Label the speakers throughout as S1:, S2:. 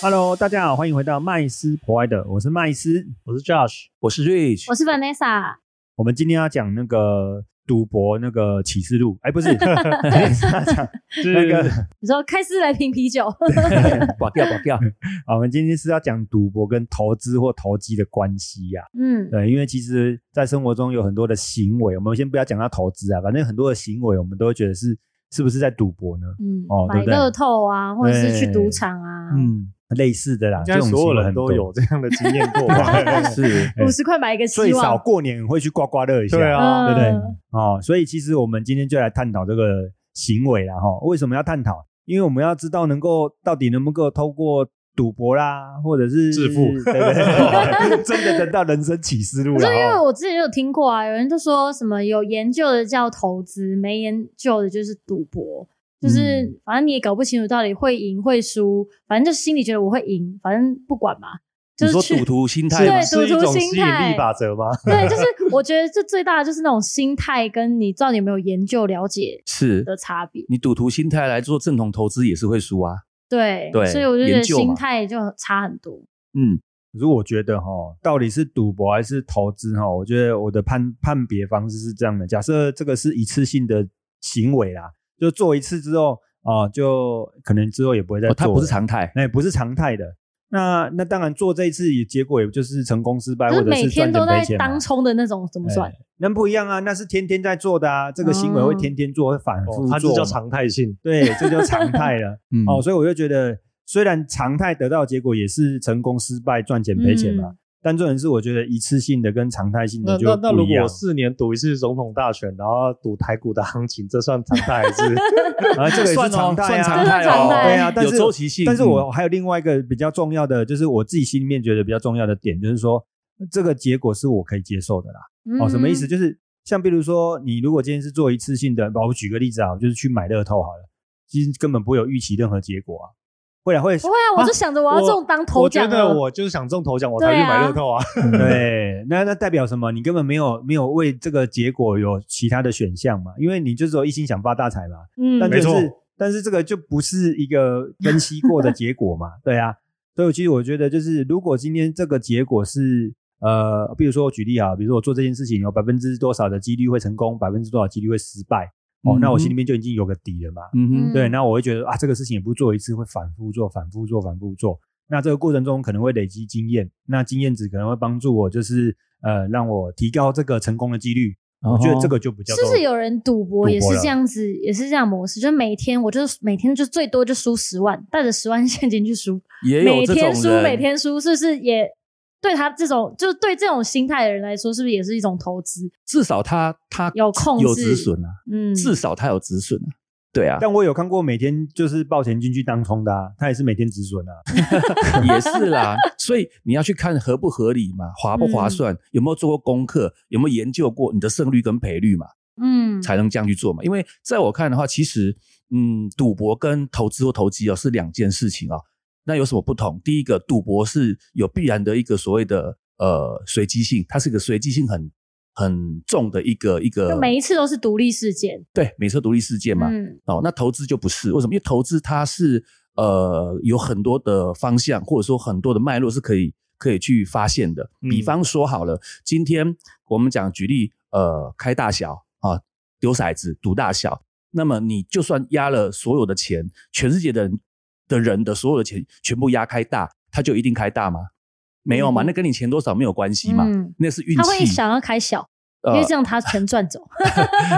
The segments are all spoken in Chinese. S1: Hello，大家好，欢迎回到麦斯 Provider，我是麦斯，
S2: 我是 Josh，
S3: 我是 Rich，
S4: 我是 Vanessa，
S1: 我们今天要讲那个赌博那个启示录， 哎，不是，讲那个，
S4: 你说开始来瓶 啤酒，
S3: 保掉保掉，
S1: 啊我们今天是要讲赌博跟投资或投机的关系呀、
S4: 嗯，
S1: 对，因为其实，在生活中有很多的行为，我们先不要讲到投资啊，反正很多的行为，我们都会觉得是是不是在赌博呢？
S4: 嗯
S1: 哦，
S4: 买
S1: 对不对
S4: 乐透啊，或者是去
S1: 对
S4: 赌场啊，
S1: 嗯，类似的啦，
S2: 应
S1: 这
S2: 该
S1: 种
S2: 所
S1: 行
S2: 有
S1: 为
S2: 人
S1: 很
S2: 都
S1: 多
S2: 有这样的经验过 吧？
S4: 嗯
S3: 是
S1: 对
S4: 五十块买一个希
S1: 最少
S4: 望，
S1: 过年会去刮刮乐一下，
S2: 对啊
S1: 对不对
S4: 嗯？
S1: 哦，所以其实我们今天就来探讨这个行为啦，哈，为什么要探讨？因为我们要知道能够到底能不能够透过赌博啦，或者是
S2: 致富
S1: 对不对？ 真的得到人生启示录
S4: 不
S1: 了
S4: 是因为
S1: 哈。
S4: 我之前有听过啊，有人就说什么有研究的叫投资，没研究的就是赌博，就是、
S1: 嗯
S4: 反正你也搞不清楚到底会赢会输，反正就心里觉得我会赢，反正不管嘛，
S3: 你
S4: 就是
S3: 说
S4: 去
S3: 赌徒心态吗
S4: 对？
S2: 是一
S4: 赌徒
S2: 种
S4: 心
S2: 吸引
S4: 态
S2: 力法则 吗？
S4: 对，就是我觉得这最大的就是那种心态跟你到底有没有研究了解
S3: 是
S4: 的差别。
S3: 你赌徒心态来做正统投资也是会输啊。
S4: 对，
S3: 对
S4: 所以我就觉得
S3: 研究嘛
S4: 心态就差很多。
S3: 嗯，
S1: 可是我觉得哈，到底是赌博还是投资哈？我觉得我的判判别方式是这样的：假设这个是一次性的行为啦，就做一次之后啊、就可能之后也不会再
S3: 哦
S1: 做了、
S3: 它不是常态，
S1: 哎，不是常态的。那那当然做这一次也结果也哎就是成功失败，
S4: 就
S1: 或
S4: 是
S1: 者
S4: 每
S1: 赚
S4: 天都
S1: 钱
S4: 在
S1: 赔钱啊嘛
S4: 当冲的那种，怎么算？
S1: 那不一样啊，那是天天在做的啊，这个行为会天天做，会反复
S2: 哦它这
S1: 做
S2: 叫
S1: 嘛，
S2: 常态性。
S1: 对，这就常态了。
S3: 嗯，
S1: 哦，所以我就觉得，虽然常态得到的结果也是成功、失败、赚钱、赔钱嘛，
S4: 嗯
S1: 但重点是我觉得一次性的跟常态性
S2: 那
S1: 的就
S2: 那那
S1: 不
S2: 如
S1: 一
S2: 果
S1: 样
S2: 我。四年赌一次总统大选，然后赌台股的行情，这算常态 还是？
S1: 啊，这个也是
S3: 算
S1: 常
S3: 哦
S1: 态
S3: 算
S1: 啊
S3: 常，态
S4: 这是常态
S3: 哦，
S1: 对啊，但是
S3: 有周期性，
S1: 但是
S3: 嗯
S1: 我还有另外一个比较重要的，就是我自己心里面觉得比较重要的点，就是说这个结果是我可以接受的啦。哦，什么意思？
S4: 嗯？
S1: 就是像比如说，你如果今天是做一次性的，我举个例子啊，就是去买乐透好了，其实根本不会有预期任何结果啊，会啊会，
S4: 不会啊，我就想着我要中当头
S2: 我觉
S4: 奖啊
S2: 得
S4: 了。
S2: 我就是想中头奖，我才去
S4: 对啊
S2: 买乐透啊。
S1: 对，那那代表什么？你根本没有没有为这个结果有其他的选项嘛，因为你就只有一心想发大财嘛，
S4: 嗯，
S1: 但就
S2: 没错
S1: 是但是这个就不是一个分析过的结果 嘛，对啊，所以我其实我觉得就是如果今天这个结果是呃，比如说我举例啊，比如说我做这件事情有百分之多少的几率会成功，百分之多少几率会失败，哦，那我心里面就已经有个底了嘛，
S3: 嗯
S4: 嗯
S3: 哼，
S1: 对，那我会觉得啊，这个事情也不做一次，会反复做，反复做，反复做。那这个过程中可能会累积经验，那经验值可能会帮助我，就是呃，让我提高这个成功的几率。
S4: 嗯
S1: 我觉得这个就比较
S4: 哦是不是有人赌博也是这样子，也是这样模式？就是每天我就是每天就最多就输十万，带着十万现金去输，
S3: 也有
S4: 每
S3: 哎这
S4: 天
S3: 种
S4: 输
S3: 人，
S4: 每天输，是不是也对他这种就是对这种心态的人来说，是不是也是一种投资？
S3: 至少他他
S4: 有控制
S3: 有止损啊，
S4: 嗯，
S3: 至少他有止损啊，对 啊，
S1: 但我有看过每天就是抱钱进去当冲的、啊，他也是每天止损啊。
S3: 也是啦，所以你要去看合不合理嘛，划不划算，
S4: 嗯
S3: 有没有做过功课，有没有研究过你的胜率跟赔率嘛，
S4: 嗯
S3: 才能这样去做嘛。因为在我看的话，其实嗯，赌博跟投资或投机哦是两件事情哦。那有什么不同？第一个，赌博是有必然的一个所谓的呃随机性，它是一个随机性很很重的一个一个
S4: 就，每一次都是独立事件
S3: 对每次独立事件嘛。
S4: 嗯
S3: 哦，那投资就不是为什么？因为投资它是呃有很多的方向，或者说很多的脉络是可以可以去发现的。比
S2: 嗯
S3: 方说好了，今天我们讲举例，呃，开大小啊，丢骰子赌大小。那么你就算压了所有的钱，全世界的人的人的所有的钱全部压开大，它就一定开大吗？没有嘛，
S4: 嗯
S3: 那跟你钱多少没有关系嘛，
S4: 嗯
S3: 那是运气。呃
S4: 他会想要开小，因为这 样他钱赚走。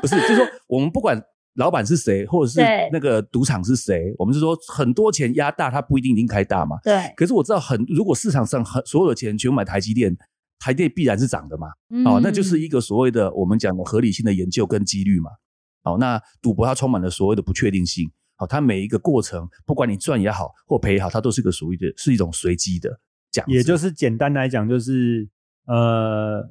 S3: 不是，就是说我们不管老板是谁，或者是
S4: 对
S3: 那个赌场是谁，我们是说很多钱压大，它不一定已经开大嘛。
S4: 对，
S3: 可是我知道很，如果市场上很所有的钱全部买台积电，台积电必然是涨的嘛。 哦，
S4: 嗯
S3: 那就是一个所谓的我们讲的合理性的研究跟几率嘛。哦，那赌博它充满了所谓的不确定性。哦，它每一个过程，不管你赚也好或赔也好，它都是一个属于的是一种随机的这样子。
S1: 也就是简单来讲，就是呃，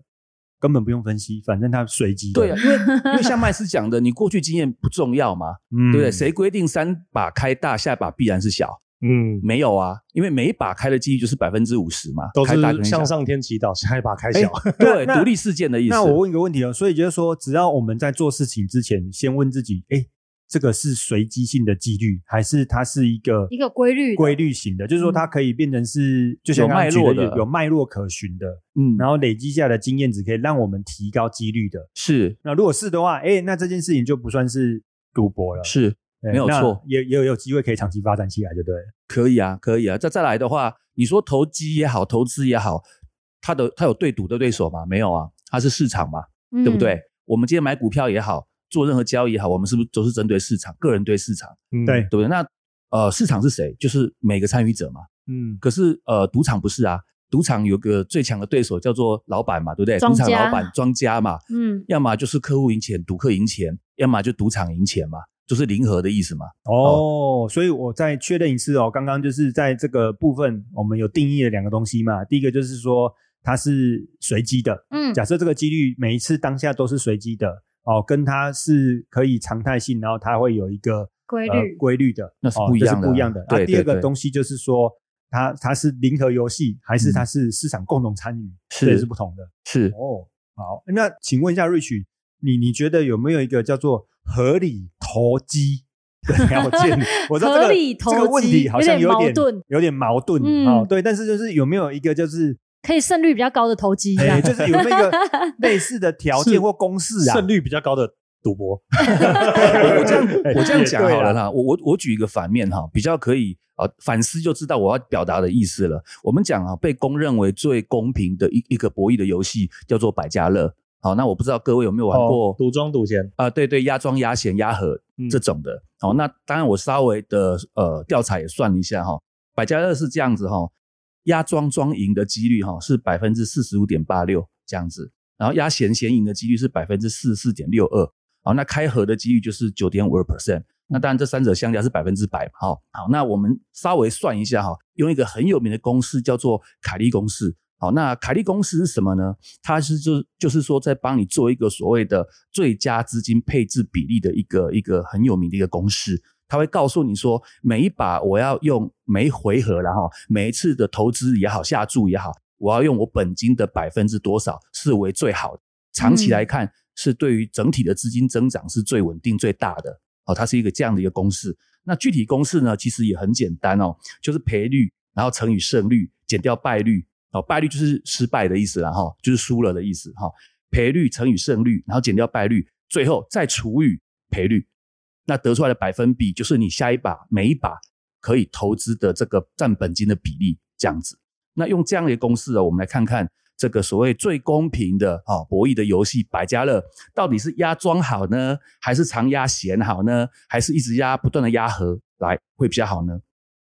S1: 根本不用分析，反正它随机的。
S3: 对啊，因为因为像麦斯讲的，你过去经验不重要嘛，
S1: 嗯，
S3: 对不对？啊谁规定三把开大，下一把必然是小？
S2: 嗯，
S3: 没有啊，因为每一把开的几率就是百分之五十嘛，
S2: 都
S3: 开大可
S2: 是
S3: 能
S2: 向
S3: 小
S2: 上天祈祷，下一把开小。啊
S3: 对
S1: 那
S3: 独立事件的意思。
S1: 那我问一个问题哦，所以就是说，只要我们在做事情之前，先问自己，哎，这个是随机性的几率，还是它是一个
S4: 一个规律的嗯
S1: 规律型的？就是说，它可以变成是，就像
S3: 有
S1: 刚刚
S3: 脉
S1: 举
S3: 络
S1: 例
S3: 的
S1: 有脉络可循的，
S3: 嗯，
S1: 然后累积下来的经验值可以让我们提高几率的。
S3: 是
S1: 那如果是的话，哎，那这件事情就不算是赌博了，
S3: 是
S1: 对
S3: 没有
S1: 那
S3: 错
S1: 也也有有机会可以长期发展起来，对不对了？
S3: 可以啊，可以啊。再再来的话，你说投机也好，投资也好，它的它有对赌的对手吗？没有啊，它是市场嘛，
S4: 嗯
S3: 对不？对？我们今天买股票也好，做任何交易也好，我们是不是都是针对市场，个人对市场，
S2: 嗯
S1: 对，
S3: 对不对？那呃，市场是谁？就是每个参与者嘛。
S2: 嗯，
S3: 可是呃，赌场不是啊，赌场有个最强的对手叫做老板嘛，对不对？
S4: 庄
S3: 赌
S4: 家
S3: 场老板庄家嘛，
S4: 嗯，嗯
S3: 要么就是客户赢钱，赌客赢钱，要么就赌场赢钱嘛，就是零和的意思嘛。
S1: 哦，所以我再确认一次哦，刚刚就是在这个部分，我们有定义了两个东西嘛。第一个就是说它是随机的，
S4: 嗯，
S1: 假设这个几率每一次当下都是随机的哦，跟它是可以常态性，然后它会有一个
S4: 规
S1: 呃
S4: 律
S1: 规律的，
S3: 那是
S1: 哦
S3: 不一
S1: 这
S3: 样的啊
S1: 不一样的。那
S3: 对
S1: 第二
S3: 对
S1: 个
S3: 对
S1: 东西就是说，它它是零和游戏，还是
S3: 嗯
S1: 它是市场共同参与，这也是不同的。
S3: 是
S1: 哦，好，那请问一下 Rich，你你觉得有没有一个叫做合理投机的条件？我知道这个
S4: 合理投机
S1: 这个问题好像
S4: 有
S1: 有
S4: 点矛盾
S1: 有点矛盾
S4: 嗯
S1: 哦。对，但是就是有没有一个就是
S4: 可以胜率比较高的投机，这
S1: 哎，
S4: 样
S1: 就是有没有一个类似的条件
S2: 是
S1: 或公式啊？
S2: 胜率比较高的赌博。
S3: 我我这样
S1: 哎
S3: 我这样讲
S1: 也对
S3: 好了
S1: 啦
S3: 啦，我我我举一个反面哈，比较可以啊、反思就知道我要表达的意思了。我们讲啊，被公认为最公平的一一个博弈的游戏叫做百家乐。好，那我不知道各位有没有玩过
S2: 哦赌庄赌钱，
S3: 啊、对对，压庄、压闲、压和
S2: 嗯
S3: 这种的。好、那当然我稍微的呃调查也算了一下哈、百家乐是这样子哈、压庄庄赢的几率哈、是百分之四十五点八六这样子，然后压闲闲赢的几率是百分之四十四点六二，好，那开和的几率就是九点五二 percent。那当然，这三者相加是百分之百嘛。好，好，那我们稍微算一下哈，用一个很有名的公式叫做凯利公式。好，那凯利公式是什么呢？它是就就是说在帮你做一个所谓的最佳资金配置比例的一个一个很有名的一个公式。它会告诉你说，每一把我要用每一回合啦，然后每一次的投资也好，下注也好，我要用我本金的百分之多少视为最好的。长期
S4: 嗯
S3: 来看，是对于整体的资金增长是最稳定、最大的。哦，它是一个这样的一个公式。那具体公式呢，其实也很简单哦，就是赔率，然后乘以胜率，减掉败率。哦，败率就是失败的意思啦，哈、就是输了的意思，哈、赔率乘以胜率，然后减掉败率，最后再除以赔率，那得出来的百分比就是你下一把每一把可以投资的这个占本金的比例，这样子。那用这样的一个公式啊，我们来看看这个所谓最公平的啊、博弈的游戏百家乐，到底是压庄好呢，还是常压闲好呢，还是一直压不断的压和来会比较好呢？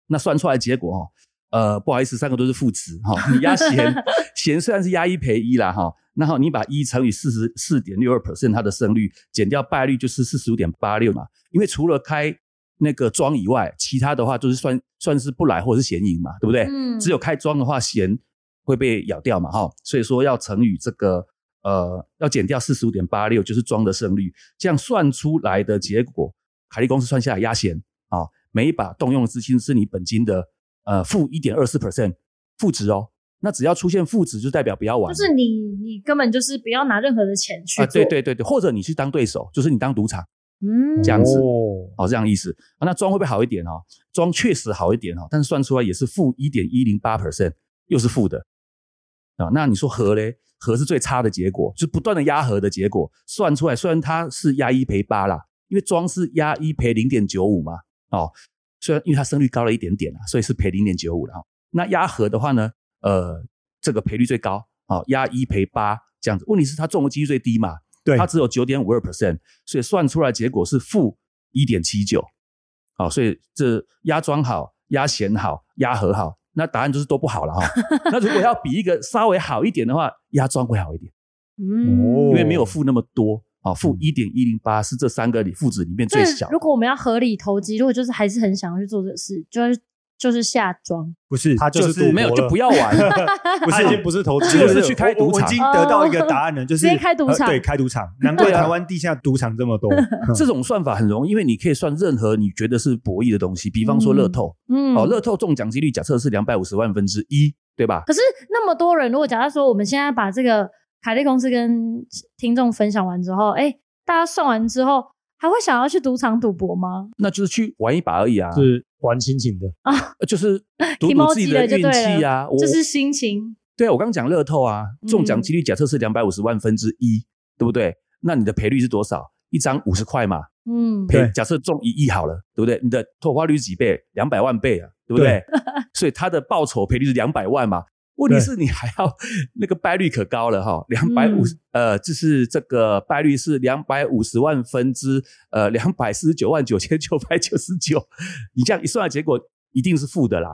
S3: 那算出来的结果哈、呃，不好意思，三个都是负值哈、你压闲闲虽然是压一赔一啦哈、然后你把一乘以四十四点六二 percent 它的胜率，减掉败率就是四十五点八六嘛。因为除了开那个庄以外，其他的话就是算算是不来或者是闲赢嘛，对不对？
S4: 嗯
S3: 只有开庄的话，咸会被咬掉嘛，哈，所以说要乘以这个呃，要减掉四十五点八六，就是庄的胜率，这样算出来的结果，凯利公司算下来压咸啊，每一把动用的资金是你本金的呃负一点二四 percent 负值哦，那只要出现负值，就代表不要玩，
S4: 就是你你根本就是不要拿任何的钱去
S3: 啊，对
S4: 做，
S3: 对对对，或者你去当对手，就是你当赌场。
S4: 嗯，
S3: 这样子
S1: 哦
S3: 哦，这样意思。啊那庄会不会好一点哦？庄确实好一点哦，但是算出来也是负一点一零八 percent，又是负的啊。那你说和嘞？和是最差的结果，就是不断的压和的结果。算出来，虽然它是压一赔八啦，因为庄是压一赔零点九五嘛，哦，虽然因为它胜率高了一点点啊，所以是赔零点九五了。哦那压和的话呢，呃，这个赔率最高，哦，压一赔八这样子。问题是它中的几率最低嘛，
S1: 对
S3: 它只有九点五二 percent，所以算出来结果是负一点七九。好，所以这压庄好、压弦好、压和好，那答案就是都不好 了哈、那如果要比一个稍微好一点的话，压庄会好一点，
S4: 嗯，
S3: 因为
S2: 哦
S3: 没有负那么多。啊，负一点一零八是这三个里负值里面
S4: 所
S3: 最
S4: 以
S3: 小的。
S4: 如果我们要合理投机，如果就是还是很想要去做这个事，就要去就是下庄，
S1: 不是，
S2: 他就是
S1: 是
S2: 赌
S3: 没有
S2: 我
S3: 就
S2: 了
S3: 不要 玩，
S1: 不
S2: 他
S1: 是
S2: 已经不是投资
S3: 就
S2: 了，
S3: 是去开赌
S1: 我我已
S3: 场
S1: 经得到一个答案了，就是
S4: 直接开赌
S1: 呃
S4: 场
S1: 对，开赌场。难怪
S3: 对啊
S1: 台湾地下赌场这么多。
S3: 这种算法很容易，因为你可以算任何你觉得是博弈的东西，比方说乐透，
S4: 嗯，
S3: 哦，乐透中奖几率假设是两百五十万分之一，对吧？
S4: 可是那么多人，如果假设说我们现在把这个凯利公司跟听众分享完之后，哎，大家算完之后，还会想要去赌场赌博吗？
S3: 那就是去玩一把而已啊，
S2: 是玩亲情的，
S3: 呃 就是赌赌自己的
S4: 提猫机
S3: 运
S4: 了就对了
S3: 气啊。我
S4: 就是嗯心情，
S3: 对啊，我刚刚讲乐透啊，中奖几率假设是两百五十万分之一，对不对？那你的赔率是多少？一张五十块嘛，
S4: 嗯，
S3: 赔
S1: 对
S3: 假设中一亿好了，对不对？你的投花率几倍？两百万倍啊，对不对？ 所以它的报酬赔率是两百万嘛。问题是你还要那个倍率可高了哈，两百五呃，就是这个倍率是两百五十万分之呃两百四十九万九千九百九十九，你这样一算，结果一定是负的啦，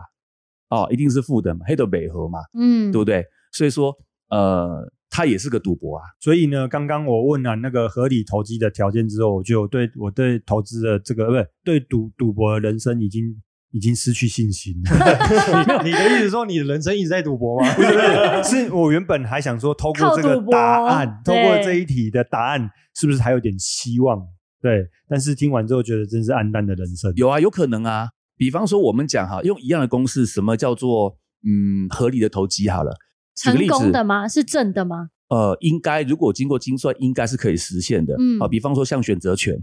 S3: 哦，一定是负的嘛，黑的北河嘛，
S4: 嗯，
S3: 对不对？所以说呃，它也是个赌博啊，
S1: 所以呢，刚刚我问了那个合理投机的条件之后，我就对我对投资的这个呃不是对赌赌博的人生已经已经失去信心了。
S2: 你的意思说你的人生一直在赌博吗？
S1: 不是不是，是我原本还想说，透过这
S4: 靠
S1: 个
S4: 赌博
S1: 答案，透
S4: 对
S1: 过这一题的答案，是不是还有点希望？对，但是听完之后觉得真是暗淡的人生。
S3: 有啊，有可能啊。比方说，我们讲哈，用一样的公式，什么叫做嗯合理的投机？好了，举个
S4: 成
S3: 例子
S4: 功的吗？是正的吗？
S3: 呃，应该如果经过精算，应该是可以实现的。
S4: 嗯
S3: 啊，比方说像选择权，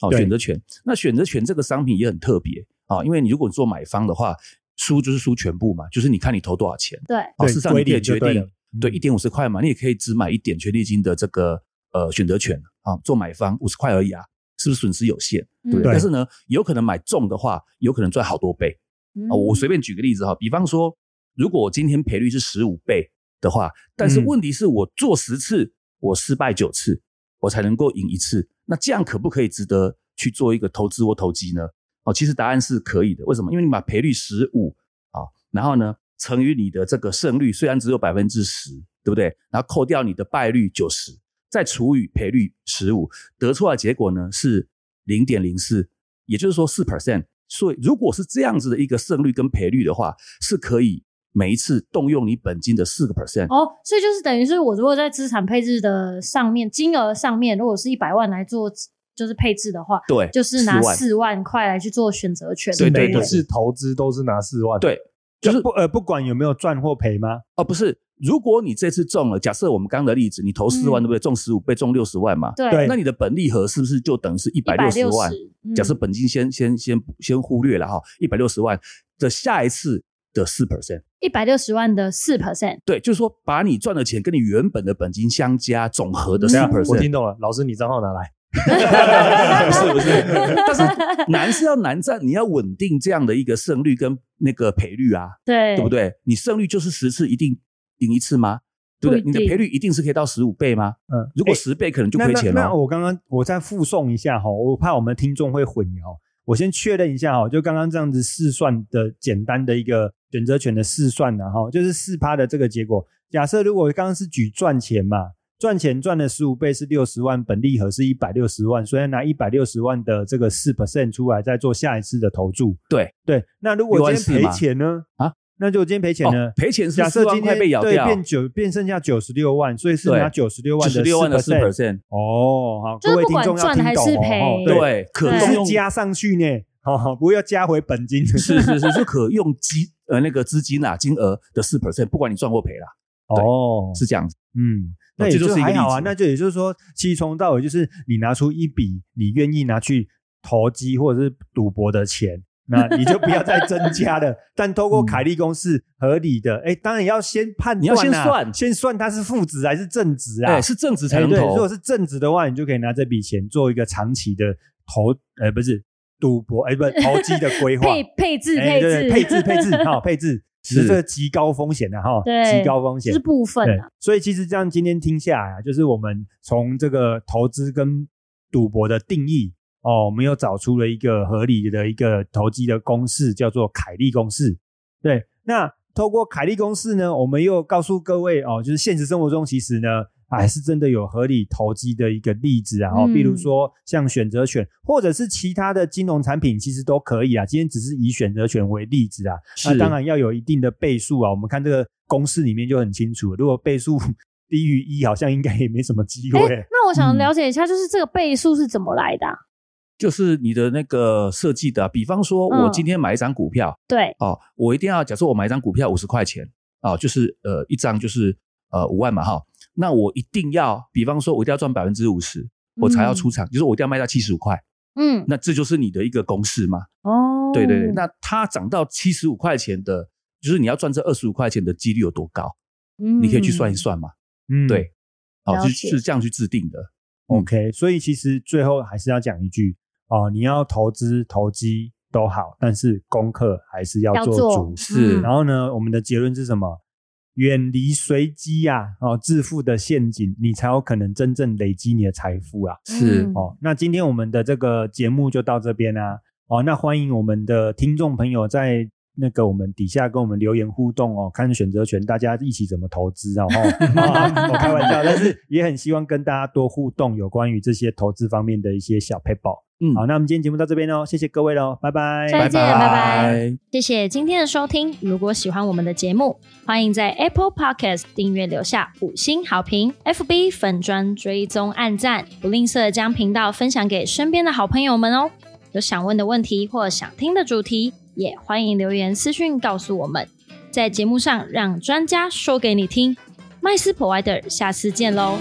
S3: 哦，
S1: 对
S3: 选择权，那选择权这个商品也很特别啊，因为你如果做买方的话，输就是输全部嘛，就是你看你投多少钱。
S4: 对，
S3: 哦，
S1: 对
S3: 事实上你可以决
S1: 归零就对
S3: 定
S1: 了嗯
S3: 对一点五十块嘛，你也可以只买一点权利金的这个呃选择权啊，做买方五十块而已啊，是不是损失有限？
S4: 嗯
S3: 对不
S1: 对
S3: 对？但是呢，有可能买中的话，有可能赚好多倍
S4: 嗯
S3: 啊。我随便举个例子哈，比方说，如果我今天赔率是十五倍的话，但是
S1: 嗯
S3: 问题是我做十次，我失败九次，我才能够赢一次，那这样可不可以值得去做一个投资或投机呢？哦，其实答案是可以的。为什么？因为你把赔率十五啊，然后呢乘以你的这个胜率，虽然只有百分之十，对不对？然后扣掉你的败率九十，再除以赔率十五，得出来的结果呢是零点零四，也就是说四 percent。所以如果是这样子的一个胜率跟赔率的话，是可以每一次动用你本金的四个 percent。
S4: 哦，所以就是等于是我如果在资产配置的上面金额上面，如果是一百万来做就是配置的话，
S3: 对，
S4: 就是拿
S3: 4万
S4: 四万块来去做选择权，
S3: 对对
S2: 每
S3: 对
S2: 一次投资都是拿四万，
S3: 对就是
S1: 不呃，不管有没有赚或赔吗？
S3: 哦，不是，如果你这次中了，假设我们刚刚的例子，你投四万，
S4: 嗯
S3: 对不对？中十五倍，中六十万嘛，
S4: 对
S1: 对
S3: 那你的本利和是不是就等于是一百六十
S4: 160
S3: 万？
S4: 嗯
S3: 假设本金先先先先忽略了哈，一百六十万的下一次的四 percent，
S4: 一百六十万的四 percent，
S3: 对，就是说把你赚的钱跟你原本的本金相加总和的
S4: 嗯
S3: 四
S2: 等一下
S3: percent。
S2: 我听懂了，老师你账号拿来，
S3: 不是不是， 但是难是要难在你要稳定这样的一个胜率跟那个赔率啊，
S4: 对
S3: 对不？对？你胜率就是十次一定赢一次吗？对不对？
S4: 不
S3: 你
S4: 一
S3: 的
S4: 定
S3: 赔率一定是可以到十五倍吗？
S1: 嗯，
S3: 如果
S1: 诶
S3: 十倍可能就
S1: 那
S3: 亏钱
S1: 那。那
S3: 了。哦
S1: 我刚刚我再附送一下哈，我怕我们听众会混淆。我先确认一下哈，就刚刚这样子试算的简单的一个选择权的试算然后就是四趴的这个结果。假设如果刚刚是举赚钱嘛，赚钱赚了十五倍是六十万，本利和是一百六十万，所以拿一百六十万的这个四 percent 出来再做下一次的投注。
S3: 对
S1: 对，那如果
S3: 六万
S1: 今天
S3: 四
S1: 赔
S3: 嘛
S1: 钱呢？
S3: 啊，
S1: 那就今天赔钱呢？
S3: 哦赔钱是
S1: 假设
S3: 4万
S1: 今天
S3: 块被咬
S1: 对
S3: 掉
S1: 变九变剩下九十六万，所以是
S3: 对
S1: 拿九十六
S3: 九
S1: 万
S3: 十
S1: 的
S3: 六万的四
S1: percent。
S3: percent，
S1: 哦，好，
S4: 就是
S1: 各位
S4: 不
S1: 听
S4: 管
S1: 众要
S4: 赚
S1: 听
S4: 还
S1: 懂
S4: 是
S1: 哦
S4: 赔
S1: 哦对，
S3: 对，可
S4: 对
S3: 动
S1: 是
S3: 用
S1: 加上去呢，哦，不要加回本金。
S3: 是是是，是可用基呃那个资金啦、金额的四 percent，不管你赚或赔啦，
S1: 哦，
S3: 是这样子。
S1: 嗯，那
S3: 哦
S1: 也
S3: 这
S1: 就
S3: 就是一个
S1: 还好啊。
S3: 例子
S1: 那就也就是说，其实从到尾就是你拿出一笔你愿意拿去投机或者是赌博的钱。那你就不要再增加 了，但透过凯利公式合理的，哎、当然要先判断、啊，
S3: 嗯你要先算
S1: 先算它是负值还是正值啊？
S3: 哎，是正值才
S1: 哎
S3: 能
S1: 对，如
S3: 投
S1: 果，是正值的话，你就可以拿这笔钱做一个长期的投，呃，不是赌博，哎，不是投机的规 划，
S4: 配配置
S1: 哎
S4: 配
S1: 对
S4: 置
S1: 对配置配置， 好配置，只
S3: 是
S1: 是这个极高风险的哈，
S4: 对
S1: 极高风
S4: 就
S1: 险
S4: 是。部分
S1: 对
S4: 啊，，
S1: 所以其实这样今天听下来啊，就是我们从这个投资跟赌博的定义哦，我们又找出了一个合理的一个投机的公式，叫做凯利公式。对，那透过凯利公式呢，我们又告诉各位哦，就是现实生活中其实呢，
S2: 还是真的有合理投机的一个例子啊。哦，
S4: 嗯
S2: 比如说像选择权，或者是其他的金融产品，其实都可以啊。今天只是以选择权为例子啊，那
S3: 是
S2: 当然要有一定的倍数啊。我们看这个公式里面就很清楚，如果 倍数低于一，好像应该也没什么机会。
S4: 哎，那我想
S3: 嗯
S4: 了解一下，就是这个倍数是怎么来的啊？
S3: 就是你的那个设计的啊、比方说我
S4: 嗯
S3: 今天买一张股票、
S4: 对，
S3: 哦，我一定要假设我买一张股票五十块钱哦，就是呃一张就是呃五万嘛哈，那我一定要，比方说我一定要赚百分之五十，我才要出场，就是我一定要卖到七十五块，
S4: 嗯，
S3: 那这就是你的一个公式嘛。
S4: 哦，
S3: 对对对，那它涨到七十五块钱的，就是你要赚这二十五块钱的几率有多高？你可以去算一
S4: 算。
S3: 算嘛。
S2: 嗯，
S3: 对，哦，
S4: 了
S3: 是
S4: 解
S3: 是这样去制定的。
S2: OK，所以其实最后还是要讲一句哦，你要投资投机都好，但是功课还是要
S4: 要
S2: 做
S4: 做
S2: 足。
S3: 是
S2: 然后呢，我们的结论是什么？远离随机呀、啊，哦，致富的陷阱，你才有可能真正累积你的财富啊。
S3: 是
S4: 嗯
S2: 哦，那今天我们的这个节目就到这边啦、哦，那欢迎我们的听众朋友在那个我们底下跟我们留言互动哦，看选择权大家一起怎么投资 哦。哦啊我开玩笑，但是也很希望跟大家多互动，有关于这些投资方面的一些小 paper。
S3: 嗯
S2: 好，那我们今天节目到这边喽，谢谢各位喽，拜 拜，
S4: 再见拜拜
S3: 拜。
S4: 谢谢今天的收听。如果喜欢我们的节目，欢迎在 Apple Podcast 订阅留下五星好评，FB 粉砖追踪按赞，不吝啬将频道分享给身边的好朋友们哦。有想问的问题或想听的主题，也欢迎留言私讯告诉我们，在节目上让专家说给你听。麦斯 Provider，下次见喽。